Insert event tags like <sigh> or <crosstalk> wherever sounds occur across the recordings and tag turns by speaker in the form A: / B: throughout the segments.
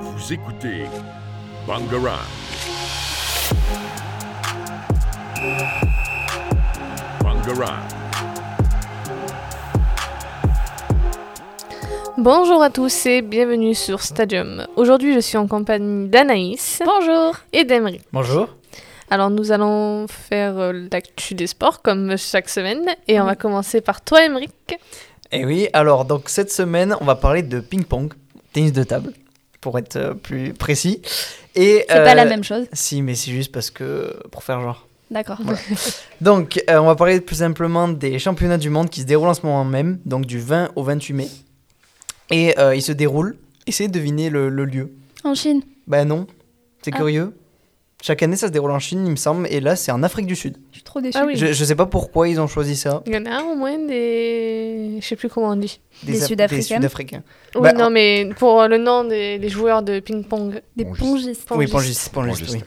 A: Vous écoutez Bangarang. Bangarang.
B: Bonjour à tous et bienvenue sur Stadium. Aujourd'hui, je suis en compagnie d'Anaïs. Bonjour. Et d'Emery.
C: Bonjour.
B: Alors, nous allons faire euh, l'actu des sports comme chaque semaine et on va commencer par toi, Emeric.
C: Et Eh oui, alors donc cette semaine, on va parler de ping-pong, tennis de table, pour être euh, plus précis. Et euh,
D: C'est pas la même chose.
C: Si, mais c'est juste parce que pour faire genre.
D: D'accord.
C: Donc, euh, on va parler plus simplement des championnats du monde qui se déroulent en ce moment même, donc du 20 au 28 mai. Et euh, ils se déroulent. Essayez de deviner le, le lieu.
D: En Chine.
C: Ben non, c'est
D: Ah.
C: curieux. Chaque année, ça se déroule en Chine, il me semble, et là, c'est en Afrique du Sud.
D: Je suis trop déçue.
B: Ah oui.
C: Je, je sais pas pourquoi ils ont choisi ça.
B: Il y en a un au moins des. Je sais plus comment on dit.
D: Des
C: Af-
D: Sud-Africaines.
C: Sud-Africains.
B: Oui,
C: Bah,
B: non,
C: en-
B: mais pour euh, le nom des, des joueurs de ping-pong.
D: Des
E: Bon,
D: pongistes.
C: Oui,
B: Pangiste.
C: pangiste, pangiste, oui.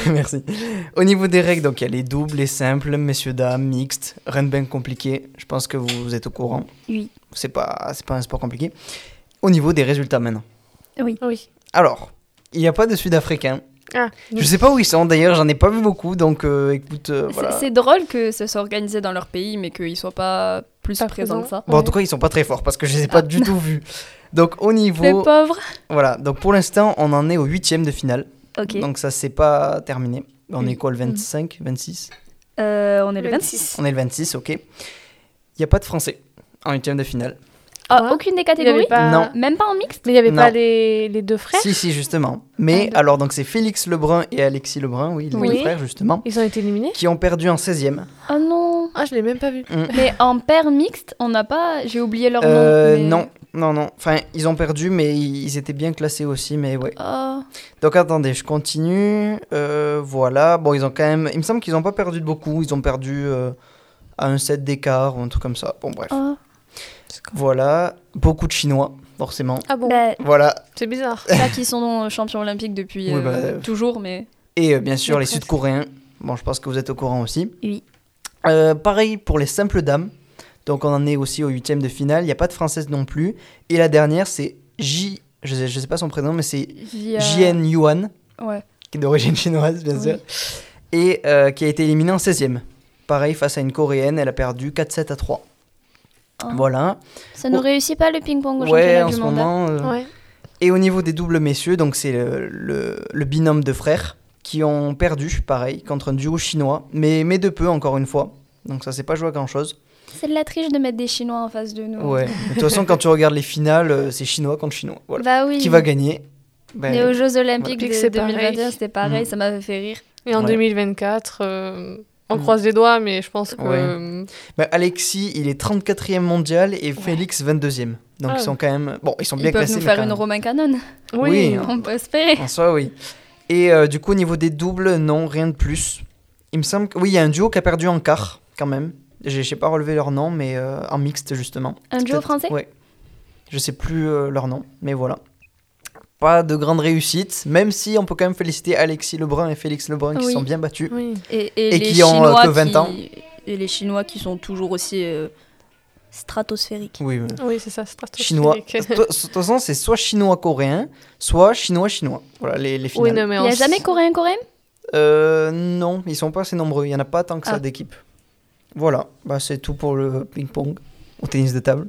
C: <laughs> Merci. Au niveau des règles, donc il y a les doubles, les simples, messieurs dames, mixtes, rien de bien compliqué. Je pense que vous êtes au courant.
D: Oui.
C: C'est pas, c'est pas un sport compliqué. Au niveau des résultats maintenant.
B: Oui.
C: Alors, il n'y a pas de Sud-Africains.
B: Ah,
C: Je sais pas où ils sont d'ailleurs, j'en ai pas vu beaucoup, donc euh, écoute, euh,
D: C'est-
C: voilà.
D: C'est drôle que ça soit organisé dans leur pays, mais qu'ils soient pas plus
B: Pas
D: présents que
B: présents.
D: ça.
C: Bon, en tout cas, ils sont pas très forts parce que je les ai pas
D: Ah.
C: du tout vus. Donc au
D: Les
C: niveau,
D: pauvres.
C: voilà. Donc pour l'instant, on en est au huitième de finale.
D: Ok. Mm.
C: Donc ça c'est pas terminé. On
B: Oui.
C: est quoi le 25, 26
D: Euh, on est le 26.
B: 26.
C: On est le 26, ok. Il n'y a pas de Français en huitième de finale.
D: Ah,
B: Ouais.
D: aucune
B: Il y
D: des
B: avait
D: catégories
B: pas...
C: Non.
D: Même pas en mixte
B: Mais il n'y avait
C: Non.
B: pas les, les deux frères
C: Si, si, justement. Mais
B: Ah,
C: alors, donc c'est Félix Lebrun et Alexis Lebrun, oui, les
B: Oui.
C: deux frères, justement,
B: Ils ont été éliminés
C: qui ont perdu en Mm. 16e.
D: Oh non
B: Ah, je l'ai même pas vu.
D: Mais en paire mixte, on n'a pas. J'ai oublié leur
C: Euh,
D: nom. mais-
C: Non, non, non. Enfin, ils ont perdu, mais ils ils étaient bien classés aussi, mais ouais.
D: Oh.
C: Donc attendez, je continue. Euh, voilà. Bon, ils ont quand même. Il me semble qu'ils n'ont pas perdu de beaucoup. Ils ont perdu euh, à un set d'écart ou un truc comme ça. Bon, bref.
D: oh.
C: Voilà. Beaucoup de Chinois, forcément.
B: Ah bon
C: <laughs>
D: Bah,
C: Voilà.
B: C'est bizarre.
D: pas qu'ils sont champions olympiques depuis
C: Oui,
D: euh,
C: bah,
D: toujours, mais.
C: Et euh, bien sûr,
B: Mais
C: les
B: presque.
C: Sud-Coréens. Bon, je pense que vous êtes au courant aussi.
D: Oui.
C: Euh, pareil pour les simples dames. Donc, on en est aussi au huitième de finale. Il n'y a pas de française non plus. Et la dernière, c'est J. Je sais, je sais pas son prénom, mais c'est
D: Via-
C: JN Yuan,
D: Ouais.
C: qui est d'origine chinoise, bien
D: Oui.
C: sûr. Et euh, qui a été éliminée en 16e. Pareil, face à une Coréenne, elle a perdu 4-7 à 3.
D: Ah.
C: Voilà.
D: Ça ne
C: Oh.
D: réussit pas le ping-pong au
C: Ouais,
D: championnat
C: en
D: du
C: ce
D: monde. hein.
C: moment. euh,
B: Ouais.
C: et au niveau des doubles messieurs, donc c'est le, le- le binôme de frères qui ont perdu, pareil, contre un duo chinois, mais, mais de peu encore une fois. Donc ça s'est pas joué à grand chose.
D: C'est de la triche de mettre des Chinois en face de nous.
C: Ouais. De toute façon, quand tu regardes les finales, euh, c'est chinois contre chinois. Voilà.
D: Bah oui.
C: Qui va gagner Ben,
D: Mais aux Jeux Olympiques
B: Olympiques,
D: de
B: c'est pareil.
D: 2021, c'était pareil,
C: Mm.
D: ça m'avait fait rire.
B: Et en
C: Ouais.
B: 2024, euh, on
C: Mm.
B: croise les doigts, mais je pense que.
C: Ouais.
B: euh,
C: ben, Alexis, il est 34e mondial et Félix 22e. Donc
B: Ah.
C: ils sont quand même. Bon, ils sont
D: Ils
C: bien
D: peuvent
C: classés.
D: nous
C: mais
D: faire
C: quand
D: une
C: même.
D: Romain Canon,
C: Oui,
D: <laughs>
C: hein.
D: on peut espérer.
C: En soi, oui. Et euh, du coup, au niveau des doubles, non, rien de plus. Il me semble que. Oui, il y a un duo qui a perdu en quart, quand même. J'ai j'ai pas relevé leur nom, mais euh, en mixte, justement.
D: Un duo
C: Peut-être-
D: français
C: Ouais. Je sais plus euh, leur nom, mais voilà. Pas de grande réussite, même si on peut quand même féliciter Alexis Lebrun et Félix Lebrun qui se
D: Oui.
C: sont bien battus.
B: Oui.
D: Et,
C: Et
D: les
C: qui ont, euh,
D: Chinois
C: que 20 ans.
D: qui- Et les Chinois qui sont toujours aussi euh, stratosphériques.
C: Oui, mais-
B: Oui, c'est ça, c'est pas trop
C: Chinois. <laughs>
B: stylé.
C: De toute façon, c'est soit chinois-coréen, soit chinois-chinois. Voilà les, les
B: Oui,
C: finales.
B: non, mais
D: Il n'y
B: on
D: a
B: s-
D: jamais coréen-coréen
C: Euh, non, ils sont pas assez nombreux. Il y en a pas tant que ça
D: Ah.
C: d'équipe. Voilà, bah, c'est tout pour le ping-pong, au tennis de table.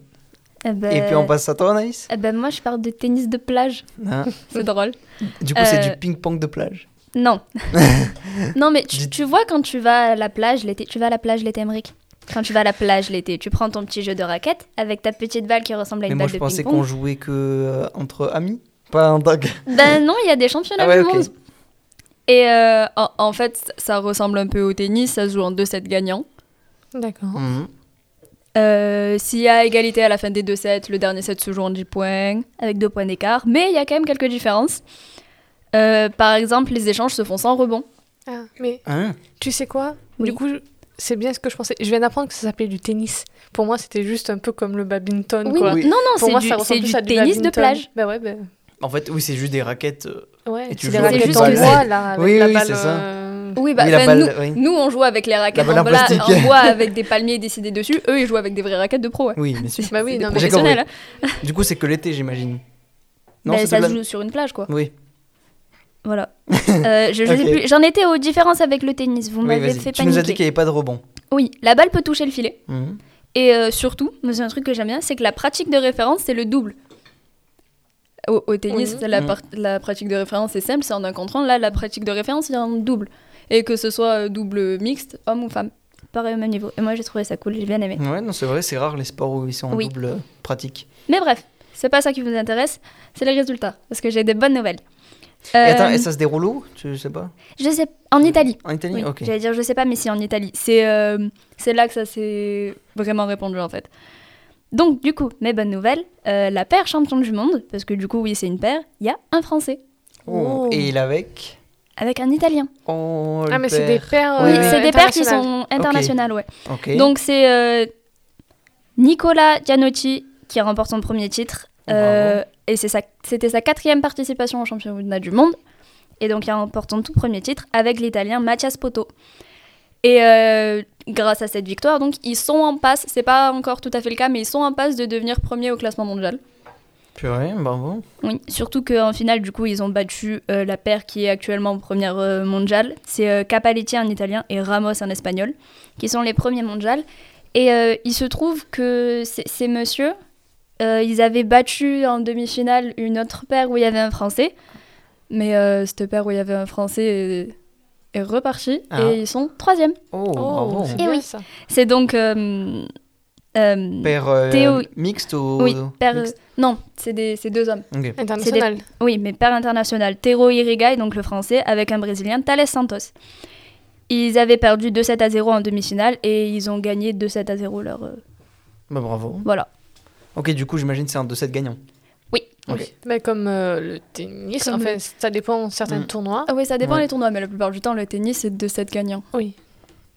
C: Et
D: Euh.
C: puis on passe à toi, Anaïs.
D: Eh ben moi je parle de tennis de plage,
C: Hein
D: c'est drôle.
C: du coup, c'est
D: Euh,
C: du ping-pong de plage. <laughs>
D: Non. non mais tu,
C: Dites-
D: tu vois quand tu vas à la plage l'été, tu vas à la plage l'été Amérique. Quand tu vas à la plage l'été, tu prends ton petit jeu de raquette avec ta petite balle qui ressemble à
C: Mais
D: une
C: moi,
D: balle
C: je
D: de
C: pensais qu'on
D: ping-pong.
C: jouait que euh, entre amis, pas en tag.
D: Ben non, il y a des championnats
C: Ah ouais,
D: du
C: ok.
D: monde. Et euh, en, en fait, ça ressemble un peu au tennis, ça se joue en 2-7 gagnants.
B: D'accord.
C: Mhm.
D: Euh, S'il y a égalité à la fin des deux sets, le dernier set se joue en 10 points, avec 2 points d'écart, mais il y a quand même quelques différences. Euh, par exemple, les échanges se font sans rebond.
B: Ah, mais
C: Hein
B: tu sais quoi Du
D: Oui.
B: coup, je- c'est bien ce que je pensais. Je viens d'apprendre que ça s'appelait du tennis. Pour moi, c'était juste un peu comme le badminton.
D: Oui,
B: quoi.
C: Oui.
D: Non, non,
B: Pour
D: c'est
B: moi,
D: du,
B: ça ressemble
D: c'est
B: plus
D: du
B: à
D: tennis de
B: badminton.
D: plage.
B: Bah ouais, bah-
C: En fait, oui, c'est juste des raquettes. euh,
B: ouais.
C: Et tu
B: C'est des
C: joues avec
B: raquettes
D: la
B: en
D: balle.
B: bois, là, avec
C: Oui,
B: la
C: oui,
B: balle.
C: c'est ça.
B: euh,
D: Oui, bah,
C: oui, la
D: ben,
C: balle, oui.
D: nous, nous, on joue avec les raquettes
C: balle
D: en,
C: en
D: bois-
C: plastique.
D: en bois avec des palmiers décidés dessus. Eux, ils jouent avec des vraies raquettes de pro. ouais. <laughs>
C: Oui, mais c'est-
B: Bah oui,
D: C'est des
B: non, mais
C: J'ai
D: professionnels,
C: compris. Du coup, c'est que l'été, j'imagine. Non,
D: Ben,
C: c'était
D: ça
C: de
D: se
C: la-
D: joue sur une plage, quoi.
C: Oui.
D: Voilà.
C: <laughs>
D: Euh, je je sais
C: Ok.
D: plus. J'en étais aux différences avec le tennis. Vous
C: Oui,
D: m'avez
C: vas-y.
D: fait
C: Tu nous as dit
D: paniquer.
C: qu'il n'y avait pas de rebond.
D: Oui, la balle peut toucher le filet.
C: Mhm.
D: Et euh, surtout, moi, c'est un truc que j'aime bien, c'est que la pratique de référence, c'est le double. Au, au tennis,
B: Oui.
D: la,
C: Mhm.
D: par- la pratique de référence, c'est simple, c'est en un contre un. Là, la pratique de référence, c'est en double. Et que ce soit euh, double mixte, homme ou femme. Pareil au même niveau. Et moi, j'ai trouvé ça cool, j'ai bien aimé.
C: Ouais, non, c'est vrai, c'est rare les sports où ils sont en
D: Oui.
C: double euh, pratique.
D: Mais bref, c'est pas ça qui vous intéresse, c'est les résultats. Parce que j'ai des bonnes nouvelles.
C: Et, attends,
D: Euh,
C: et ça se déroule où Tu sais pas
D: Je sais, en Italie.
C: En Italie
D: Oui,
C: Ok.
D: J'allais dire, je sais pas, mais si en Italie. C'est euh, c'est là que ça s'est vraiment répandu en fait. Donc, du coup, mes bonnes nouvelles, euh, la paire championne du monde, parce que du coup, oui, c'est une paire, il y a un Français
C: Oh,
B: Oh.
C: Et il avec
D: avec un Italien.
C: Oh,
B: Ah,
C: le
B: mais c'est des
C: père.
B: paires.
C: Oui,
D: oui,
B: euh,
D: c'est des paires qui
B: internationales.
D: sont internationales, ouais.
C: Ok.
D: Donc, c'est euh, Nicolas Gianotti qui remporte son premier titre. euh, et c'est sa- c'était sa quatrième participation au championnat du monde. Et donc, il remporte son tout premier titre avec l'Italien Mathias Poto. Et euh, grâce à cette victoire, donc, ils sont en passe, c'est pas encore tout à fait le cas, mais ils sont en passe de devenir premiers au classement mondial.
C: Purée, bravo.
D: Oui, surtout qu'en finale, du coup, ils ont battu euh, la paire qui est actuellement première euh, mondiale. C'est euh, Capaletti, un italien, et Ramos, un espagnol, qui sont les premiers mondiales. Et euh, il se trouve que ces, ces messieurs, euh, ils avaient battu en demi-finale une autre paire où il y avait un Français. Mais euh, cette paire où il y avait un Français est, est repartie
C: Ah.
D: et ils sont troisième.
C: Oh,
B: Oh,
C: bravo.
B: c'est
D: Et
B: bien
D: oui.
B: ça.
D: C'est donc. euh, euh,
C: Père euh,
D: Théo-
C: mixte ou
D: oui, paire.
C: mixte
D: non, c'est des, c'est deux hommes.
B: euh,
C: Ok.
B: International.
D: Oui, mais paire internationale. Tero Irigai, donc le français, avec un brésilien, Thales Santos. Ils avaient perdu 2-7 à 0 en demi-finale et ils ont gagné 2-7 à 0 leur. euh,
C: Bah, bravo.
D: voilà.
C: Ok, du coup, j'imagine que c'est un 2-7 gagnant.
D: Oui.
C: Ok.
B: Mais comme euh, le tennis,
D: Comme
B: en
D: le-
B: fait, ça dépend de certains
C: Mm.
B: tournois.
D: Ah oui, ça dépend
C: Ouais.
D: des tournois, mais la plupart du temps, le tennis, c'est 2-7 gagnants.
B: Oui.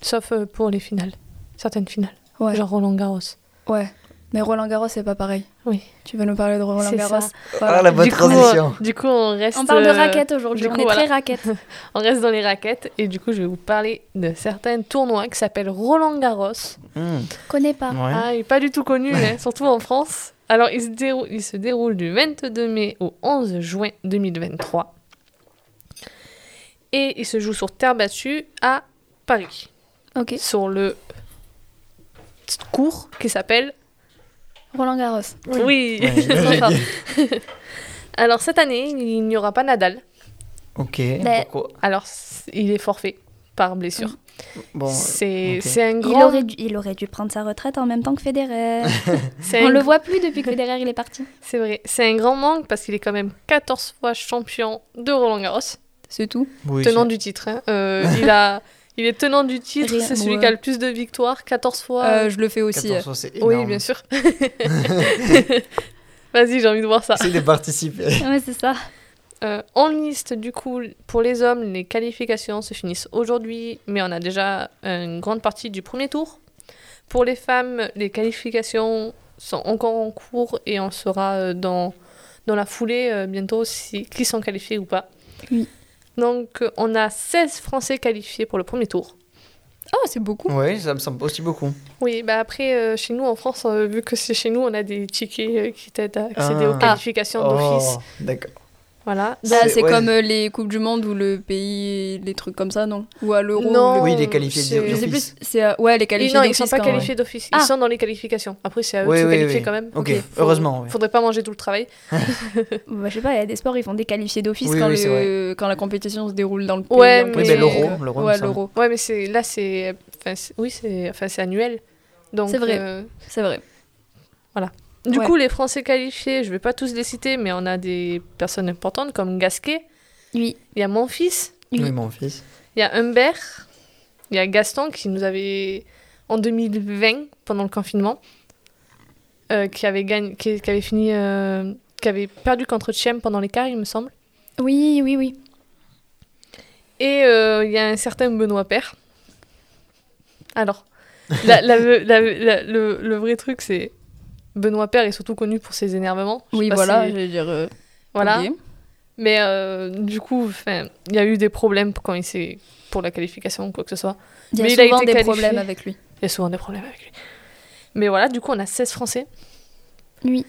B: Sauf euh, pour les finales. Certaines finales.
D: Ouais.
B: Genre Roland Garros.
D: Ouais. Mais Roland Garros, c'est pas pareil.
B: Oui.
D: Tu vas nous parler de Roland
B: C'est
D: Garros
B: ça.
D: Voilà.
C: Ah, la bonne
B: du, coup,
C: transition.
B: euh, du coup, on reste.
D: On parle de
B: euh,
D: raquettes aujourd'hui,
B: du
D: on
B: coup,
D: est
B: voilà.
D: très raquettes.
B: On reste dans les raquettes. Et du coup, je vais vous parler de certains tournois qui s'appellent Roland Garros.
C: Hmm,
D: <laughs> Connais pas.
C: ouais.
B: Ah, il est pas du tout connu, hein, surtout en France. Alors, il se, déroule, il se déroule du 22 mai au 11 juin 2023. Et il se joue sur terre battue à Paris,
D: Ok.
B: sur le petit cours qui s'appelle...
D: Roland Garros.
B: Oui,
C: Ouais,
B: c'est <laughs>
C: logique.
B: ça. Alors, cette année, il n'y aura pas Nadal.
C: <laughs> Ok.
D: Mais-
C: pourquoi
B: Alors, c- il est forfait par blessure.
C: Bon,
B: c'est
C: ok.
B: c'est un
D: Il,
B: grand...
D: aurait dû, il aurait dû prendre sa retraite en même temps que Federer.
B: <laughs> c'est
D: on
B: un
D: le voit plus depuis que Federer il est parti.
B: C'est vrai, c'est un grand manque parce qu'il est quand même 14 fois champion de Roland Garros,
D: C'est tout.
C: euh, oui,
B: tenant
C: c'est-
B: du titre. hein. Euh, il,
C: <laughs>
B: a, il est tenant du titre,
D: Rien,
B: c'est celui qui
D: ouais.
B: a le plus de victoires, 14 fois.
D: Euh, je le fais aussi.
C: 14 fois, c'est
B: oui,
C: énorme.
B: bien
C: <laughs>
B: sûr. <laughs> Vas-y, j'ai envie de voir
C: <laughs>
B: ça.
C: C'est de participer. <laughs>
D: Ouais, c'est ça.
B: Euh, en liste, du coup, pour les hommes, les qualifications se finissent aujourd'hui, mais on a déjà euh, une grande partie du premier tour. Pour les femmes, les qualifications sont encore en cours et on saura euh, dans, dans la foulée euh, bientôt si, qui sont qualifiés ou pas.
D: Oui.
B: Donc, euh, on a 16 Français qualifiés pour le premier tour.
D: Oh, c'est beaucoup.
C: Oui, ça me semble aussi beaucoup.
B: Oui, bah après, euh, chez nous, en France, euh, vu que c'est chez nous, on a des tickets euh, qui t'aident à accéder
C: Ah.
B: aux qualifications d'office.
C: Oh, D'accord.
B: Voilà.
D: Ah,
C: C'est-
D: c'est
C: ouais.
D: comme euh, les Coupes du Monde ou le pays, les trucs comme ça, non Ou à l'euro
B: Non,
D: ou
C: Oui, les qualifiés
B: c'est-
D: le- Je sais plus,
C: d'office.
D: c'est. euh, Ouais, les
B: Ils
D: qualifiés.
B: non, ils sont
D: d'office
B: pas
D: quand-
B: qualifiés d'office.
D: Ah.
B: Ils sont dans les qualifications. Après, c'est à eux
C: Oui,
B: de se
C: oui,
B: qualifier
C: oui.
B: quand même.
C: Ok,
B: Faut-
C: heureusement, oui.
B: Faudrait pas manger tout le travail.
D: Bah, je sais pas, il y a des sports, ils font des qualifiés d'office
C: Oui,
D: quand,
C: oui,
D: le-
C: c'est vrai.
D: quand la compétition se déroule dans le pays.
B: Ouais,
D: en
B: mais- Oui,
D: question.
B: ben,
C: l'euro, l'euro, il me
D: Ouais,
C: semble.
D: l'euro,
B: Ouais, mais c'est là, c'est. Enfin, c'est- oui, c'est. Enfin, c'est annuel. Donc.
D: C'est vrai.
B: euh,
D: c'est vrai.
B: Du
D: Ouais.
B: coup, les Français qualifiés, je vais pas tous les citer, mais on a des personnes importantes comme Gasquet.
D: Oui.
B: Il y a mon fils.
D: Oui.
C: Oui, mon fils.
B: Il y a Humbert. Il y a Gaston qui nous avait en 2020 pendant le confinement, euh, qui avait gagné, qui, qui avait fini, euh, qui avait perdu contre Chiem pendant les quarts, il me semble.
D: Oui, oui, oui.
B: Et euh, il y a un certain Benoît Père. Alors, la- la- la- la- le, le vrai truc, c'est Benoît Père est surtout connu pour ses énervements. Je sais
D: Oui,
B: pas
D: voilà,
B: si-
D: je veux dire. euh,
B: voilà.
D: ok.
B: Mais euh, du coup, 'fin, il y a eu des problèmes quand il s'est pour la qualification ou quoi que ce soit.
D: Il y a
B: Mais il a
D: souvent
B: été
D: des
B: qualifié.
D: problèmes avec lui.
B: Il y a souvent des problèmes avec lui. Mais voilà, du coup, on a 16 Français.
D: Oui.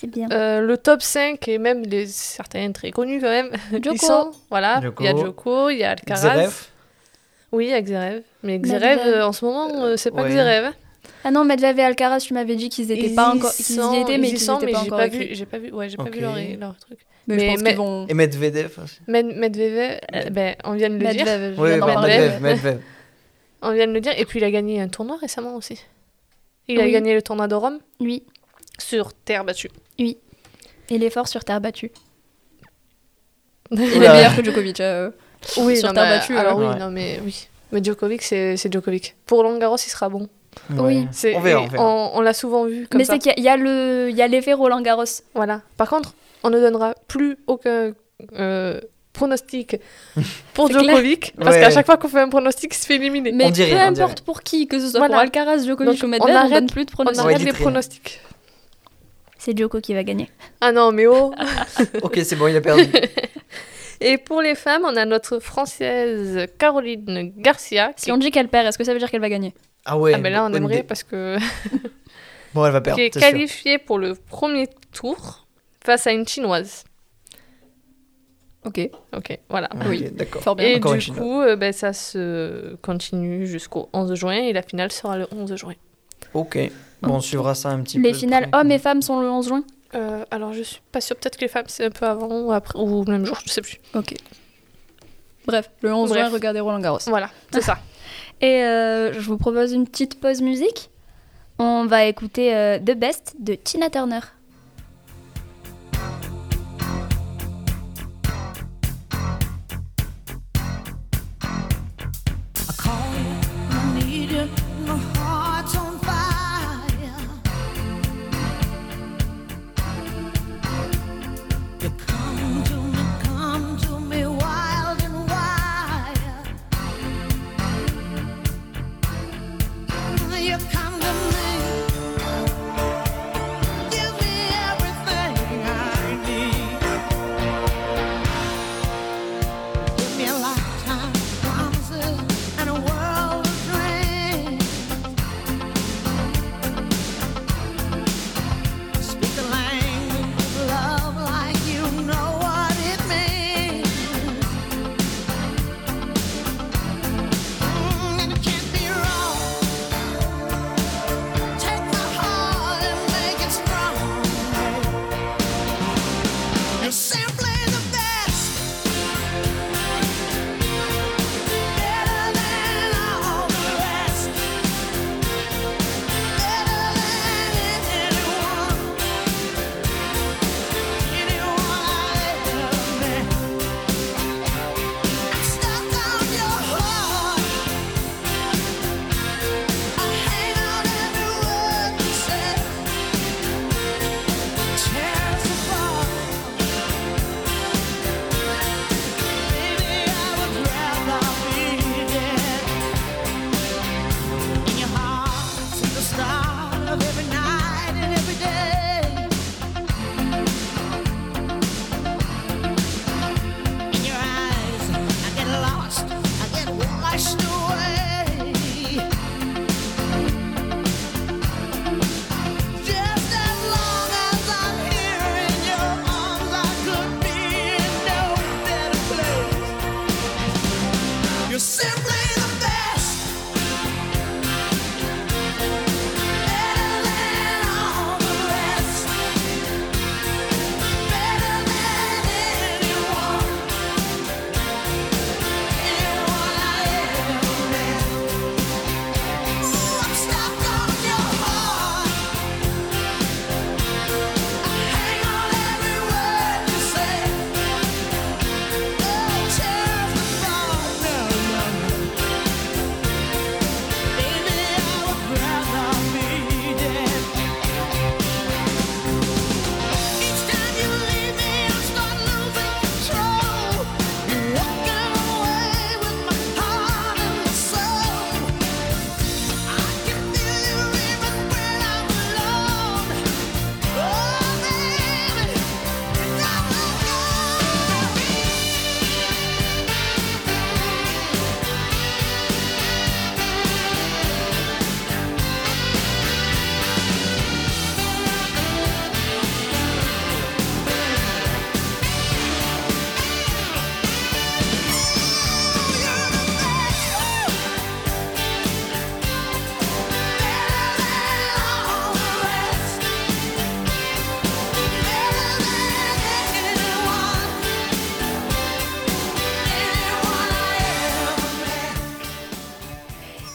D: C'est bien.
B: Euh, le top 5, et même les, certains très connus quand même,
D: Djoko.
B: ils sont... Voilà,
C: Djoko.
B: il y a Djoko, il y a Alcaraz.
C: Zverev.
B: Oui, il y a Xerev. Mais Xerev,
D: Medvedev.
B: euh, en ce moment, euh, c'est pas
C: ouais.
B: Xerev. hein.
D: Ah non, Medvedev et Alcaraz, tu m'avais dit qu'ils étaient
B: Ils
D: pas
B: y
D: encore. qu'ils
B: sont,
D: y étaient, mais
B: ils y
D: qu'ils
B: sont,
D: étaient
B: mais
D: pas
B: j'ai
D: encore
B: pas
D: écrits.
B: vu, j'ai pas vu, ouais, j'ai pas vu
C: Ok.
B: leur, leur truc.
D: Mais, je
B: Mais-
D: pense
B: mais-
D: qu'ils vont.
C: Et Medvedev aussi.
B: Med- Medvedev, euh, ben, on vient de le dire.
D: Medvedev, je
C: Oui,
D: viens d'en
B: bah,
D: parler.
C: Medvedev, Medvedev.
B: On vient de le dire. Et puis il a gagné un tournoi récemment aussi. Il a
D: Oui.
B: gagné le tournoi de Rome
D: Oui,
B: sur terre battue.
D: et il est fort sur terre battue. Il
C: Oula.
D: est meilleur que Djokovic. euh.
B: Oui,
D: Sur
B: non,
D: terre
B: mais-
D: battue,
B: Alors
C: alors.
B: oui, non mais oui. Mais Djokovic, c'est c'est Djokovic. Pour Roland Garros, il sera bon.
D: Oui.
B: C'est-
C: On verra,
B: et
C: on verra.
B: on l'a souvent vu comme
D: Mais
B: ça.
D: c'est qu'il y a- il y a le, il y a l'effet Roland Garros.
B: Voilà. Par contre, on ne donnera plus aucun euh,
C: <laughs>
B: pronostic pour
D: C'est clair.
B: Djokovic parce
C: Ouais.
B: qu'à chaque fois qu'on fait un pronostic, il se fait éliminer.
D: Mais
C: dirait,
D: peu
C: on
D: importe
C: dirait.
D: pour qui, que ce soit
B: Voilà.
D: pour Alcaraz, Djokovic
B: Donc,
D: ou
B: on
D: Medvedev, on,
B: arrête-
D: donne plus de
B: on
D: pronostics.
C: Ouais,
B: arrête les
C: dites rien.
B: pronostics.
D: C'est Djoko qui va gagner.
B: Ah non, mais oh <laughs>
C: Ok, c'est bon, il a perdu.
B: Et pour les femmes, on a notre française Caroline Garcia. qui-
D: Si on dit qu'elle perd, est-ce que ça veut dire qu'elle va gagner
C: Ah ouais.
B: Ah ben là, on
C: bonne
B: aimerait
C: idée.
B: parce que
C: Bon, elle va
B: <laughs>
C: perdre.
B: qui est
C: c'est sûr.
B: qualifiée pour le premier tour face à une chinoise.
D: Ok,
B: Ok, voilà.
C: Ah, Ok,
D: Oui.
C: D'accord.
D: fort bien.
B: Et
C: Encore une
B: du
C: Chinoise.
B: coup, euh, ben, ça se continue jusqu'au 11 juin et la finale sera le 11 juin.
C: Ok. Bon, on suivra ça un petit peu.
D: Les finales hommes et femmes sont le 11 juin
B: Euh, alors, je suis pas sûre. Peut-être que les femmes, c'est un peu avant ou après, ou le même jour, je sais plus.
D: Ok. Bref, le 11
B: Bref.
D: juin, regardez Roland Garros.
B: Voilà, c'est ça.
D: Et euh, je vous propose une petite pause musique. On va écouter euh, The Best de Tina Turner.
E: I call you, I need you, my heart's on fire. You come to me, come to me, wild and wild. You come to me, give me Mm,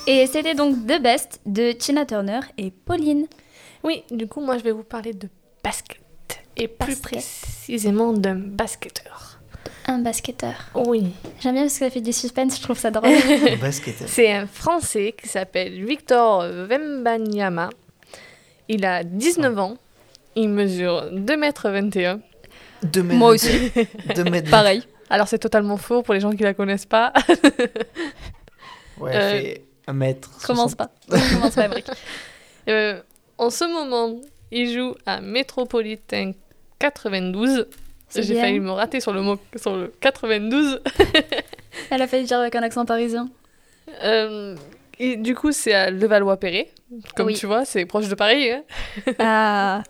D: Et c'était donc The Best de Tina Turner et Pauline.
B: <laughs> Oui, du coup, moi, je vais vous parler de basket. Et plus
D: Basket.
B: précisément d'un basketteur.
D: Un basketteur.
B: Oui.
D: J'aime bien parce que ça fait du suspense, je trouve ça drôle.
C: Le <laughs> basket.
B: C'est un Français qui s'appelle Victor Wembanyama. Il a 19 ans. Il mesure 2m21.
C: 2 mètres.
D: Moi aussi,
C: 2 mètres.
D: <laughs> pareil.
B: Alors c'est totalement faux pour les gens qui la connaissent pas. <laughs>
C: Ouais,
B: Euh,
C: elle fait 1 mètre.
D: <laughs> Commence pas. <laughs> Commence pas, Brick.
B: Euh, en ce moment, il joue à Métropolitain 92.
D: C'est
B: J'ai
D: bien.
B: failli me rater sur le mot sur le 92.
D: Elle a failli dire avec un accent <laughs> parisien.
B: Euh, et du coup, c'est à Levallois-Perret. Comme
D: Oui.
B: tu vois, c'est proche de Paris. hein.
D: Ah,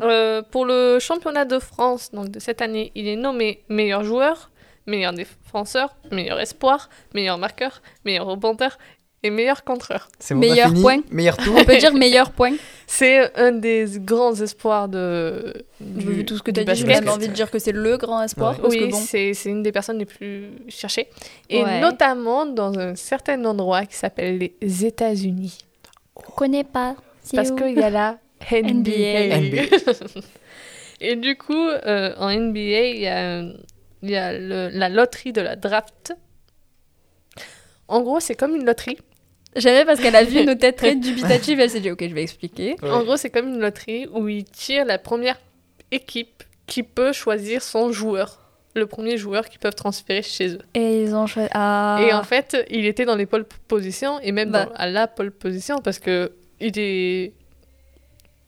B: Euh, pour le championnat de France donc de cette année, il est nommé meilleur joueur, meilleur défenseur, meilleur espoir, meilleur marqueur, meilleur rebondeur et meilleur contreur.
C: C'est bon,
D: Meilleur
C: on a fini.
D: point.
C: Meilleur tour.
D: on peut dire meilleur point.
B: C'est un des grands espoirs de
D: J'ai
B: du,
D: vu tout ce que
B: du
D: t'as dit, j'ai
B: basket.
D: même envie de dire que c'est le grand espoir.
C: Ouais.
D: Parce
B: Oui,
D: que bon,
B: c'est c'est une des personnes les plus cherchées. Et
D: Ouais.
B: notamment dans un certain endroit qui s'appelle les États-Unis.
D: on connaît pas. C'est
B: Parce
D: où
B: qu'il y a <laughs> la NBA.
C: NBA.
B: <laughs> Et du coup, euh, en NBA, il y a, il y a le- la loterie de la draft. En gros, c'est comme une loterie.
D: J'avais parce qu'elle a vu nos têtes <laughs> très dubitatives, elle s'est dit ok, je vais expliquer.
C: Ouais.
B: En gros, c'est comme une loterie où ils tirent la première équipe qui peut choisir son joueur. Le premier joueur qu'ils peuvent transférer chez eux.
D: Et ils ont choisi. Ah.
B: Et en fait, il était dans les pole positions et même
D: Bah.
B: dans- à la pole position parce que il est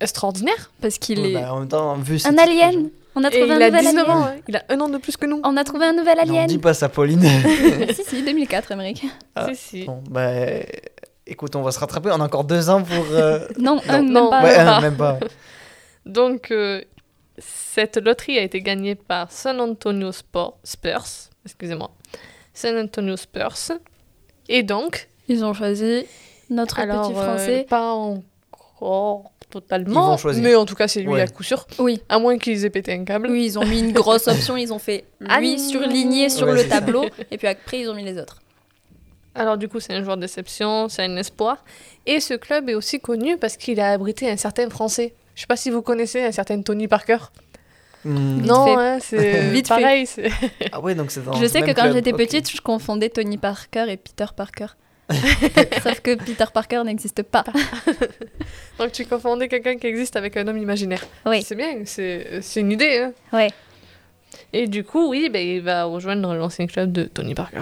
B: extraordinaire.
D: parce qu'il
C: Ouais,
D: est
C: bah, en même temps, vu
D: un
C: cette-
D: alien. On a
B: Et
D: trouvé
B: il
D: un
B: a
D: nouvel
B: 19
D: alien.
B: ans, hein. il a un an de plus que nous.
D: On a trouvé un nouvel
C: Non,
D: <laughs> alien.
C: dis pas ça, Pauline.
D: si si, 2004, Amérique.
C: Ah.
B: Si, si.
C: bon, bah, écoute, on va se rattraper. On a encore 2 ans pour. euh,
D: Non,
B: Non,
D: un, même
B: non.
D: <laughs> pas.
C: ouais,
B: pas.
C: un, <laughs> même pas.
B: Donc, euh, cette loterie a été gagnée par San Antonio Spor- Spurs. Excusez-moi. San Antonio Spurs. Et donc,
D: Ils ont choisi notre
B: alors,
D: petit
B: euh,
D: français.
B: pas encore totalement,
C: Ils vont choisir.
B: mais en tout cas, c'est lui
C: Ouais.
B: à coup sûr.
D: Oui.
B: À moins qu'ils aient pété un câble.
D: Oui, ils ont mis une grosse option, ils ont fait <laughs> lui
B: Allez.
D: surligné sur
C: Ouais,
D: le
C: c'est ça.
D: tableau, et puis après ils ont mis les autres.
B: Alors du coup, c'est un joueur déception, c'est un espoir. Et ce club est aussi connu parce qu'il a abrité un certain Français. Je sais pas si vous connaissez un certain Tony Parker.
C: Hmm.
D: Vite
B: non,
D: fait.
B: hein, c'est
D: Vite fait.
B: pareil. c'est- <laughs>
C: Ah ouais, donc c'est dans
D: je
C: ce
D: sais que
C: même
D: quand
C: club.
D: j'étais
C: Ok.
D: petite, je confondais Tony Parker et Peter
C: <laughs>
D: Parker. Sauf que Peter Parker n'existe pas.
B: Donc tu confondais quelqu'un qui existe avec un homme imaginaire.
D: <laughs> Oui.
B: C'est bien, c'est c'est une idée. hein.
D: Ouais.
B: Et du coup, oui, ben, il va rejoindre l'ancien club de Tony Parker.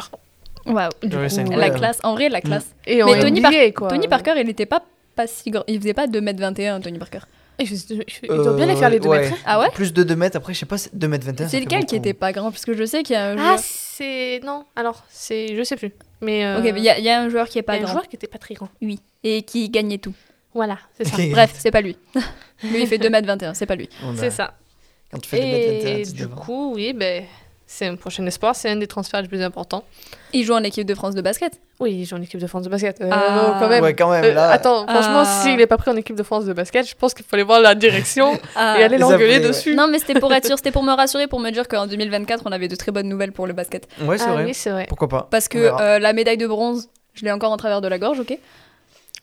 D: Waouh.
B: Du
C: Ouais,
B: coup,
C: c'est
B: euh,
D: La
C: Ouais. Mm.
D: classe, en vrai, la classe.
B: Et en
D: Mais Tony
B: NBA,
D: Par-
B: quoi.
D: Tony Parker, il n'était pas, pas si grand. Il faisait pas 2m21, Tony Parker.
B: Il fait- il doit bien les faire les deux
C: Euh, ouais.
B: mètres.
D: Ah ouais
C: Plus de 2 mètres, après, je sais pas, 2 mètres 21.
D: C'est lequel qui
C: <laughs>
D: était pas grand Parce que je sais qu'il y a un
B: Ah,
D: joueur.
B: c'est... Non, alors, c'est... Je sais plus. Mais... euh,
D: Ok, mais il y, a- il y a un joueur qui est
B: il
D: pas
B: y a un
D: grand.
B: joueur qui était pas très grand.
D: Oui. Et qui gagnait tout.
B: Voilà, c'est ça.
D: Bref, c'est pas lui. <laughs> lui, il fait 2m21, c'est pas lui.
B: <laughs> C'est ça.
C: bah, Quand tu fais 2 mètres 21,
B: Et
C: tu
B: du
C: devant.
B: coup, oui, ben, c'est un prochain espoir, c'est un des transferts les plus importants.
D: Il joue en équipe de France de basket.
B: Oui, il joue en équipe de France de basket. Euh,
D: Ah.
B: non, quand même.
C: Ouais, quand même,
B: Euh,
C: là.
B: Attends, franchement,
D: Ah.
B: s'il n'est pas pris en équipe de France de basket, je pense qu'il faut aller voir la <laughs> direction
D: Ah.
B: et aller
C: Les
B: l'engueuler
C: appeler, ouais.
B: dessus.
D: Non, mais c'était pour être sûr, c'était pour me rassurer, pour me dire qu'en 2024, on avait de très bonnes nouvelles pour le basket.
C: Ouais, c'est
B: Ah
C: vrai.
B: oui, c'est vrai.
C: Pourquoi pas
D: Parce
C: On
D: que
C: verra.
D: euh, la médaille de bronze, je l'ai encore en travers de la gorge, ok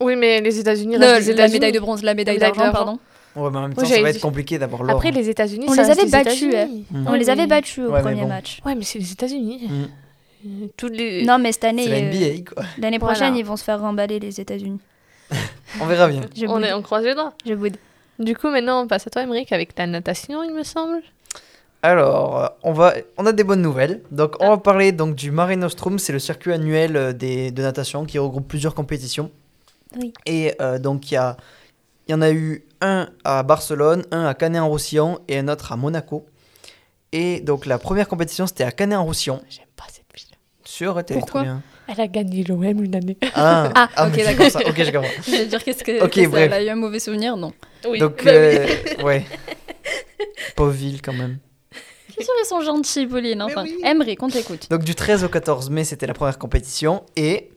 B: Oui, mais les États-Unis
D: Le-
B: restent les
D: La
B: États-Unis.
D: médaille de bronze, la médaille
B: La médaille
D: d'argent,
B: d'argent.
D: pardon.
C: Ouais, mais en même
B: Moi,
C: temps, ça
B: j'avais
C: va être
B: dit-
C: compliqué d'avoir l'or.
B: Après, les États-Unis,
D: On
B: ça
D: les
B: reste
D: avait battus,
B: États-Unis.
C: hein.
D: On les avait battus au
C: Ouais, mais
D: premier
C: bon.
D: match.
B: Ouais, mais c'est les États-Unis.
C: Mm.
B: Euh, Toutes les.
D: Non, mais cette
C: C'est
D: année,
C: la
D: euh,
C: NBA, quoi.
D: l'année
B: Voilà.
D: prochaine, ils vont se faire remballer les États-Unis.
C: On verra bien.
D: Je
B: on,
D: boude.
B: est, on croise les doigts.
D: Je boude.
B: Du coup, maintenant, on passe à toi, Émeric, avec la natation, il me semble.
C: Alors, euh, on, va, on a des bonnes nouvelles. Donc,
B: Ah.
C: on va parler donc, du Mare Nostrum. C'est le circuit annuel euh, des, de natation qui regroupe plusieurs compétitions.
D: Oui.
C: Et euh, donc, il y, a- il y en a eu un à Barcelone, un à Canet-en-Roussillon et un autre à Monaco. Et donc, la première compétition, c'était à Canet-en-Roussillon.
B: J'aime pas cette fille.
C: Sur elle était
D: Pourquoi
C: très bien.
B: Elle a gagné l'OM une année.
C: Ah,
B: <laughs>
D: Ah, ok,
C: mais c'est
D: d'accord.
C: comme ça. Ok, je comprends.
D: Je vais dire qu'est-ce que
C: Ok,
D: qu'est-ce
C: bref.
D: qu'elle a eu un mauvais souvenir, non.
B: Oui.
C: Donc,
B: Bah oui.
C: euh,
B: <laughs>
C: ouais. Pauvre ville, quand même.
D: Bien sûr, ils sont gentils, Pauline. Enfin,
C: oui.
D: Emmerich, on t'écoute.
C: Donc, du 13 au 14 mai, c'était la première compétition. Et.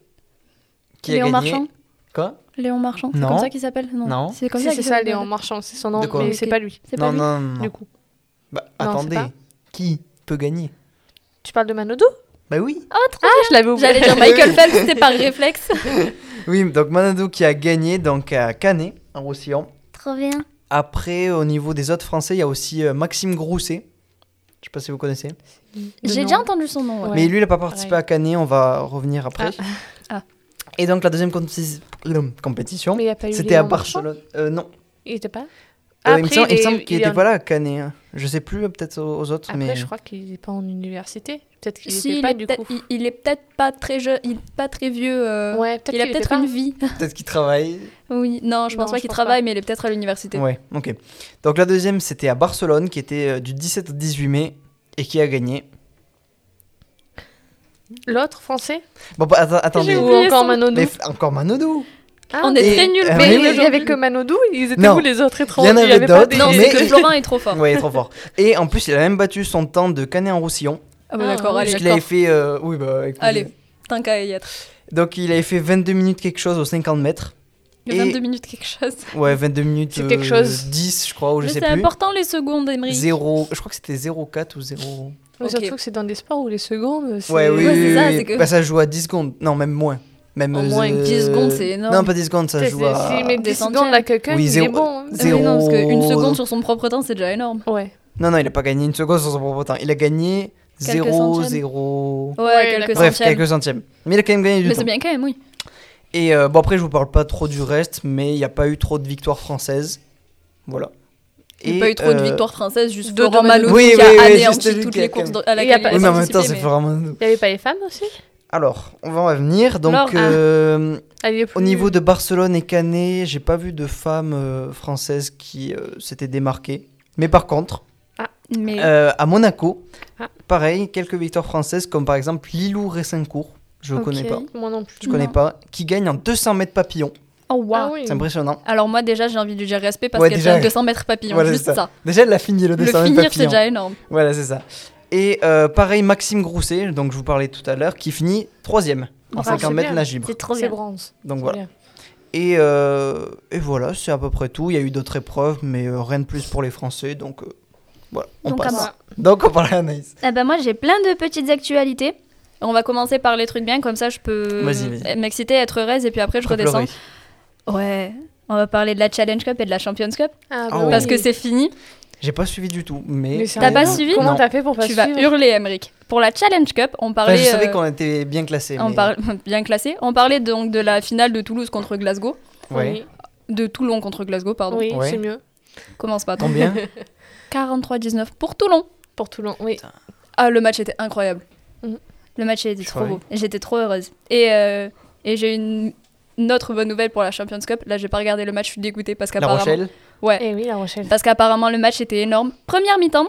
C: Qui a
D: Léon
C: gagné
D: Marchand
C: Quoi
D: Léon Marchand, c'est
C: Non.
D: comme ça qu'il s'appelle
C: Non.
D: C'est comme
B: Si,
D: ça
B: c'est
D: qu'il
B: ça,
D: s'appelle.
B: Léon Marchand, c'est son nom,
C: De quoi
B: mais c'est
D: Ok.
B: pas lui.
D: C'est pas
C: Non,
D: lui
C: non, non.
B: Du coup,
C: Bah,
B: Non, c'est
C: attendez,
B: pas.
C: qui peut gagner
B: tu parles de Manodo
C: Bah oui.
D: Oh, trop
B: Je l'avais oublié.
D: J'allais dire Michael Phelps, c'était par réflexe.
C: Oui, donc Manado qui a gagné donc à Canet, en Roussillon.
D: Trop bien.
C: Après, au niveau des autres Français, il y a aussi euh, Maxime Grousset. Je sais pas si vous connaissez.
B: De
D: <laughs> J'ai
B: nom.
D: déjà entendu son nom. ouais.
B: Ouais.
C: Mais lui, il n'a pas participé
B: pareil.
C: à Canet, on va
B: <laughs>
C: revenir après.
D: Ah. Ah.
C: Et donc la deuxième compéti- euh, compétition,
B: Mais il n'y a pas eu
C: c'était
B: Léon
C: à
B: Marchand
C: Barcelone. Euh, non,
B: Il était pas
C: Euh, il me semble, il me
B: est-
C: semble
B: il
C: qu'il n'était
B: est en-
C: pas là à Canet. hein. Je sais plus, euh, peut-être aux, aux autres,
B: Après,
C: mais
B: je crois qu'il n'est pas en université. Peut-être qu'il
D: Si,
B: était
D: il,
B: pas,
D: est
B: du
D: peut-être-
B: coup.
D: il- il est peut-être pas très jeune, il est pas très vieux. euh,
B: Ouais, peut-être
D: il a
B: qu'il
D: peut-être
B: était
D: une
B: pas.
D: vie. <laughs>
C: peut-être qu'il travaille.
D: Oui, non, je pense
B: Non,
D: pas
B: je
D: qu'il
B: pense
D: travaille, mais il est peut-être à l'université.
C: Ouais, ok. Donc la deuxième, c'était à Barcelone, qui était euh, du 17 au 18 mai, et qui a gagné.
B: L'autre français
C: Bon, bah, atta- attendez.
D: J'ai
B: Ou
D: oublié
B: encore
D: son-
B: Manodou
C: Mais f- encore Manodou
B: Ah,
D: On est
C: Et-
D: très nuls,
C: Ah,
B: Mais
D: mais
B: il n'y
D: aujourd'hui.
B: avait que Manodou, ils étaient
C: Non.
B: où les autres
C: Il
B: étrangers
C: y en avait
B: avait pas
C: d'autres,
B: des-
D: Non,
C: mais-
D: c'est
B: <laughs>
D: que Florin est trop fort.
C: Ouais, il est trop fort. Et en plus, il a même battu son temps de Canet en Roussillon.
D: Ah, bah
B: Ah,
D: d'accord,
B: oui.
D: allez,
C: Parce qu'il avait
D: d'accord.
C: fait. euh, oui, bah écoute.
D: Allez, t'as qu'à y être.
C: Donc il avait fait 22 minutes quelque chose aux 50 mètres.
D: Il y
C: Et-
D: a 22 minutes quelque chose.
C: Ouais, 22 minutes.
B: C'est quelque
C: euh,
B: chose.
C: 10, je crois, ou je
D: Mais
C: sais
D: c'est
C: plus.
D: important les secondes, Emery.
C: Zéro- je crois que c'était 0,4 ou 0.
B: Mais
D: Ok.
B: Surtout que c'est dans des sports où les secondes. c'est-
C: Ouais, oui,
D: Ouais,
C: oui,
D: c'est ça,
C: oui.
D: c'est que-
C: Bah, ça joue à 10 secondes. Non, même moins. Même euh,
D: Au moins, 10 secondes, c'est énorme.
C: Non, pas 10 secondes, ça
B: C'est-
C: joue à.
B: c'est- mais
D: des
B: des secondes
D: centaines.
B: là, quelqu'un,
C: Oui,
B: il est
C: zéro-
B: bon.
C: zéro-
D: Ah Oui, non, parce qu'une
C: Zéro-
D: seconde sur son propre temps, c'est déjà énorme.
B: Ouais.
C: Non, non, il a pas gagné une seconde sur son propre temps. Il a gagné
D: Quelques
C: 0,
D: centièmes.
C: 0.
D: Ouais,
B: Ouais,
D: quelques
B: d'accord.
C: Bref,
D: centièmes.
C: quelques centièmes. Mais il a quand même gagné du
D: Mais
C: temps.
D: c'est bien quand même, oui.
C: Et euh, bon, après, je vous parle pas trop du reste, mais il n'y a pas eu trop de victoires françaises. Voilà.
D: Il n'y a pas eu trop de
C: euh,
D: victoires françaises, juste
B: de
D: Florent
B: dommage.
D: Malou
C: Oui,
D: qui
C: oui,
D: a
C: oui, juste
D: anéanti
C: lui
D: toutes
C: qui a
D: les
C: quand
D: courses
C: même-
D: à
B: Et il y a
D: laquelle
B: pas-
D: il
C: Oui,
D: a
C: mais en même temps,
D: participé.
C: c'est
D: mais-
C: vraiment.
B: Il n'y avait pas les femmes aussi
C: Alors, on va en venir. Donc,
D: Alors, ah.
C: euh,
B: Elle est plus-
C: au niveau de Barcelone et Canet, j'ai pas vu de femmes euh, françaises qui euh, s'étaient démarquées. Mais par contre,
D: Mais
C: euh, à Monaco,
B: Ah.
C: pareil, quelques victoires françaises, comme par exemple Lilou Ressincourt, je ne
D: Ok.
C: connais pas,
B: Moi non plus.
C: je connais
D: Non.
C: pas, qui gagne en 200 mètres papillon.
D: Oh, waouh.
B: Ah oui.
C: C'est impressionnant.
D: Alors moi déjà j'ai envie de lui dire respect parce
C: Ouais,
D: qu'elle
C: déjà.
D: vient de 200 mètres papillon,
C: Voilà,
D: juste
C: c'est
D: ça.
C: Déjà, elle a fini le
D: Le
C: 200 mètres
D: finir c'est
C: papillon.
D: déjà énorme.
C: Voilà, c'est ça. Et euh, pareil, Maxime Grousset, donc je vous parlais tout à l'heure, qui finit troisième en
B: Bravo,
C: 50
B: c'est
C: mètres
B: bien.
C: nage libre.
D: C'est trop
B: C'est
D: bien.
B: bronze.
C: Donc
B: C'est
C: voilà.
B: bien.
C: Et, euh, et voilà, c'est à peu près tout. Il y a eu d'autres épreuves, mais euh, rien de plus pour les Français. Donc euh, voilà, on
F: Donc à
C: passe.
F: moi.
C: Donc on parle à Anaïs.
F: Ah bah moi j'ai plein de petites actualités.
D: On va commencer par les trucs bien comme ça je peux
C: Vas-y, vas-y.
D: euh, m'exciter, être heureuse et puis après je
C: Pas
D: redescends.
C: pleurer.
D: Ouais. On va parler de la Challenge Cup et de la Champions Cup
B: Ah,
C: Ah oui.
D: parce que c'est fini.
C: J'ai pas suivi du tout, mais.
B: Mais c'est
D: T'as
B: un-
D: pas suivi
B: Comment
C: Non.
B: t'as fait pour pas
D: tu vas
B: suivre
D: hurler Emeric. Pour la Challenge Cup, on
C: Enfin,
D: parlait
C: je savais
D: euh,
C: qu'on était bien classés.
D: on
C: mais- euh.
D: parle- <laughs> bien classé. On parlait donc de la finale de Toulouse contre Glasgow,
C: Ouais.
D: de Toulon contre Glasgow pardon.
B: Oui,
C: Ouais.
B: c'est mieux.
D: Commence pas. attends.
C: Combien
D: 43-19 pour Toulon.
B: Pour Toulon, oui.
D: Ah, le match était incroyable.
B: Mhm.
D: Le match était
C: Je
D: trop
C: croyais.
D: beau. J'étais trop heureuse. Et, euh, et j'ai une, une autre bonne nouvelle pour la Champions Cup. Là, j'ai pas regardé le match, je suis dégoûtée parce
C: La
D: qu'apparemment.
C: Rochelle
D: Ouais,
B: Et oui, La Rochelle.
D: parce qu'apparemment le match était énorme. Première mi-temps,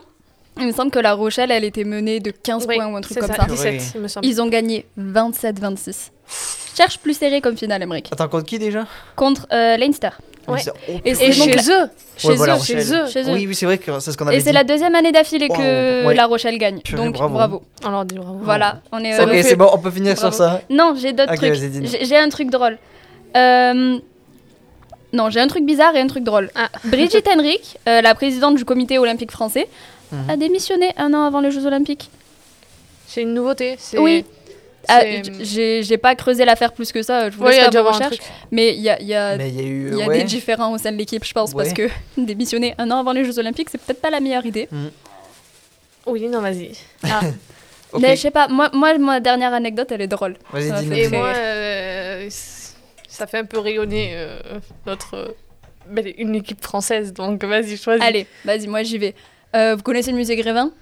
D: il me semble que la Rochelle, elle était menée de 15
B: Oui,
D: points ou un truc
B: c'est
D: comme ça.
B: 17, il me semble.
D: Ils ont gagné 27-26. Cherche plus serré comme finale, Emmerich.
C: Attends, contre qui déjà
D: Contre euh, Leinster.
B: Ouais.
C: Mais c'est- oh,
D: Et
B: Et
D: c'est donc
B: chez
D: la-
B: eux Chez
C: voilà,
B: eux,
C: Rochelle.
B: chez eux
D: chez eux.
C: Oui, oui, c'est vrai que c'est ce qu'on avait
D: Et
C: dit.
D: c'est la deuxième année d'affilée que
C: Wow, ouais.
D: la Rochelle gagne.
C: Purée,
D: Donc
C: bravo.
D: bravo.
B: On leur dit bravo.
D: Voilà, on est
B: Ça
D: heureux.
C: Ok,
B: me
C: c'est
B: fait-
C: bon, on peut finir sur
D: euh, Bravo.
C: ça.
D: Non, j'ai d'autres
C: Ok, vas-y,
D: trucs.
C: dis-nous.
D: J'ai- J'ai un truc drôle. Euh, Non, j'ai un truc bizarre et un truc drôle.
B: Ah. <laughs>
D: Brigitte Henrich, euh, la présidente du comité olympique français,
C: Mhm.
D: a démissionné un an avant les Jeux olympiques.
B: C'est une nouveauté. c'est-
D: Oui.
B: c'est-
D: Ah, j- j'ai j'ai pas creusé l'affaire plus que ça, je vous
B: Ouais, il y
D: laisse
B: a
D: faire
B: dû
D: vos
B: avoir un
D: recherches.
B: truc.
D: Mais il y a, il y a-
C: Mais il y a eu.
D: Euh, il y a
C: ouais.
D: des différends au sein de l'équipe, je pense, parce que <laughs> démissionner un an avant les Jeux olympiques, c'est peut-être pas la meilleure idée.
B: Oui, non, vas-y.
C: Ok,
D: Mais je sais pas, moi, moi, ma dernière anecdote, elle est drôle. ça
C: Vas-y,
D: va
C: dis-nous.
B: Et
D: Ok.
B: moi, euh, c- ça fait un peu rayonner euh, notre euh, belle- une équipe française, donc vas-y, choisis.
D: Allez, vas-y, moi j'y vais. Euh, vous connaissez le musée Grévin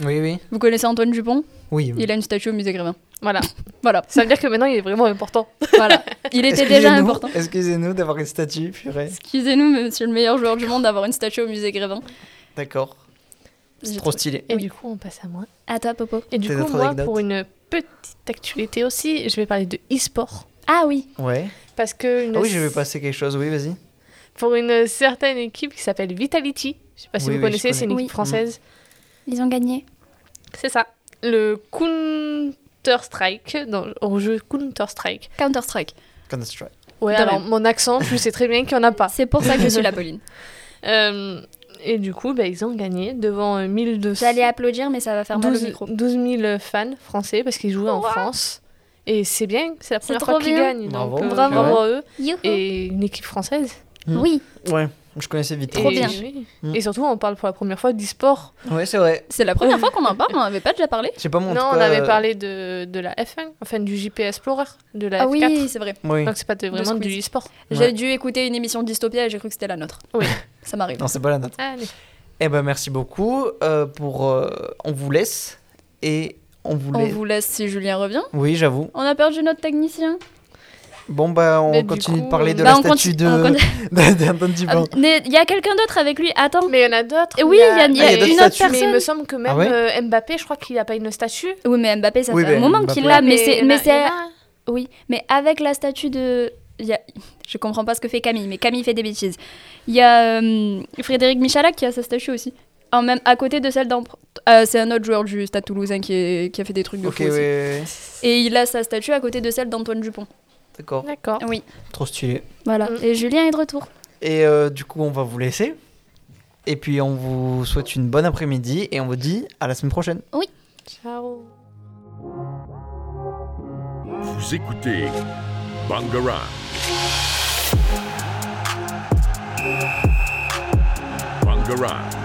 C: Oui, oui.
D: Vous connaissez Antoine Dupont
C: Oui.
D: Il a une statue au musée Grévin.
B: Voilà.
D: <laughs> Voilà.
B: Ça veut dire que maintenant, il est vraiment important.
D: Voilà. Il était déjà
C: Excusez-nous-
D: important.
C: Excusez-nous d'avoir une statue, purée.
D: Excusez-nous, monsieur le meilleur joueur du monde, d'avoir une statue au musée Grévin.
C: D'accord.
D: J'ai
C: C'est trop
D: trouvé-
C: stylé.
B: Et
D: Oui.
B: du coup, on passe à moi.
D: À toi, Popo.
B: Et du
C: T'as
B: coup,
C: d'autres
B: moi,
C: anecdotes
B: pour une petite actualité aussi, je vais parler de e-sport.
D: Ah oui.
C: Ouais.
B: Parce que une-
C: Ah oui, je vais passer quelque chose. Oui, vas-y.
B: pour une certaine équipe qui s'appelle Vitality, je sais pas si
C: Oui,
B: vous
C: oui, Mm. je
B: connaissez, c'est une
D: connais.
B: équipe
D: Oui.
B: française.
D: Ils ont gagné.
B: C'est ça. Le Counter-Strike, dans- au jeu Counter-Strike.
D: Counter-Strike.
C: Counter-Strike.
B: Ouais,
D: De
B: alors
D: même. Ah. <laughs>
B: mon accent, je sais très bien qu'il n'y en a pas.
D: C'est pour ça que je suis la Pauline.
B: Euh, Et du coup, bah, ils ont gagné devant euh, 1200...
D: J'allais applaudir, mais ça va faire mal au
B: 12,
D: micro.
B: 12 000 fans français parce qu'ils jouaient en France. Et c'est bien, c'est la
F: C'est
B: première fois
F: trop
B: qu'ils
F: bien.
B: gagnent.
C: Bravo.
B: Donc, euh,
D: Bravo. Oh.
B: bravo à eux.
F: Youhou.
B: Et une équipe française.
F: Oui,
C: Ouais, je connaissais vite.
B: et,
D: Trop bien.
B: oui.
C: Mm.
B: Et surtout, on parle pour la première fois d'e-sport.
C: Ouais, c'est vrai.
D: C'est la première fois qu'on en parle, on n'avait pas déjà parlé.
C: Je sais pas mon en
B: Non,
C: tout cas,
B: on avait
C: euh,
B: parlé de, de la F1, enfin du JP Explorer, de la
D: Ah
B: F4.
D: oui, c'est vrai.
C: Oui.
B: Donc, c'est pas de- vraiment du
D: Squeeze.
B: e-sport.
D: J'ai dû écouter une émission de Dystopia et j'ai cru que c'était la nôtre.
B: Oui.
D: <laughs> ça m'arrive.
C: Non, c'est pas la nôtre.
B: Allez.
C: Eh ben, merci beaucoup. euh, pour, euh, on vous laisse. Et on vous
D: On
C: laisse.
D: vous laisse si Julien revient.
C: Oui, j'avoue.
D: On a perdu notre technicien.
C: Bon, bah, on
B: Mais du
C: continue
B: coup,
C: de parler de
B: euh,
C: la
D: Bah, on
C: statue de.
D: continue- on continue-
C: <laughs> d'Anton
D: <laughs>
C: Dupont.
F: Ah, mais il y a quelqu'un d'autre avec lui. Attends,
B: Mais il y en a d'autres.
F: Et oui, il y a- il y
C: a Ah, il y a d'autres une autre statues.
B: Mais il
F: personne.
B: me semble que même
C: Ah ouais
B: euh, Mbappé, je crois qu'il n'a pas une statue.
D: Oui, mais Mbappé, ça
C: Oui,
D: fait
C: mais
D: un moment
C: Mbappé.
D: qu'il l'a, Ah, mais
B: il
D: c'est
B: y en a-
D: mais
B: il y en
D: c'est
B: a un.
D: oui, mais avec la statue de il y a- je comprends pas ce que fait Camille, mais Camille fait des bêtises. Il y a euh, Frédéric Michalak qui a sa statue aussi. En même à côté de celle d'un euh, c'est un autre joueur du Stade Toulousain qui, est- qui a fait des trucs de
C: Ok,
D: fou
C: ouais,
D: aussi.
C: ouais, ouais.
D: Et il a sa statue à côté de celle d'Antoine Dupont.
C: D'accord.
B: D'accord.
D: Oui,
C: Trop stylé.
D: voilà.
B: Mm.
D: Et Julien est de retour.
C: Et euh, du coup, on va vous laisser. Et puis, on vous souhaite une bonne après-midi. Et on vous dit à la semaine prochaine.
B: Ciao.
A: Vous écoutez Bangarang. Bangarang.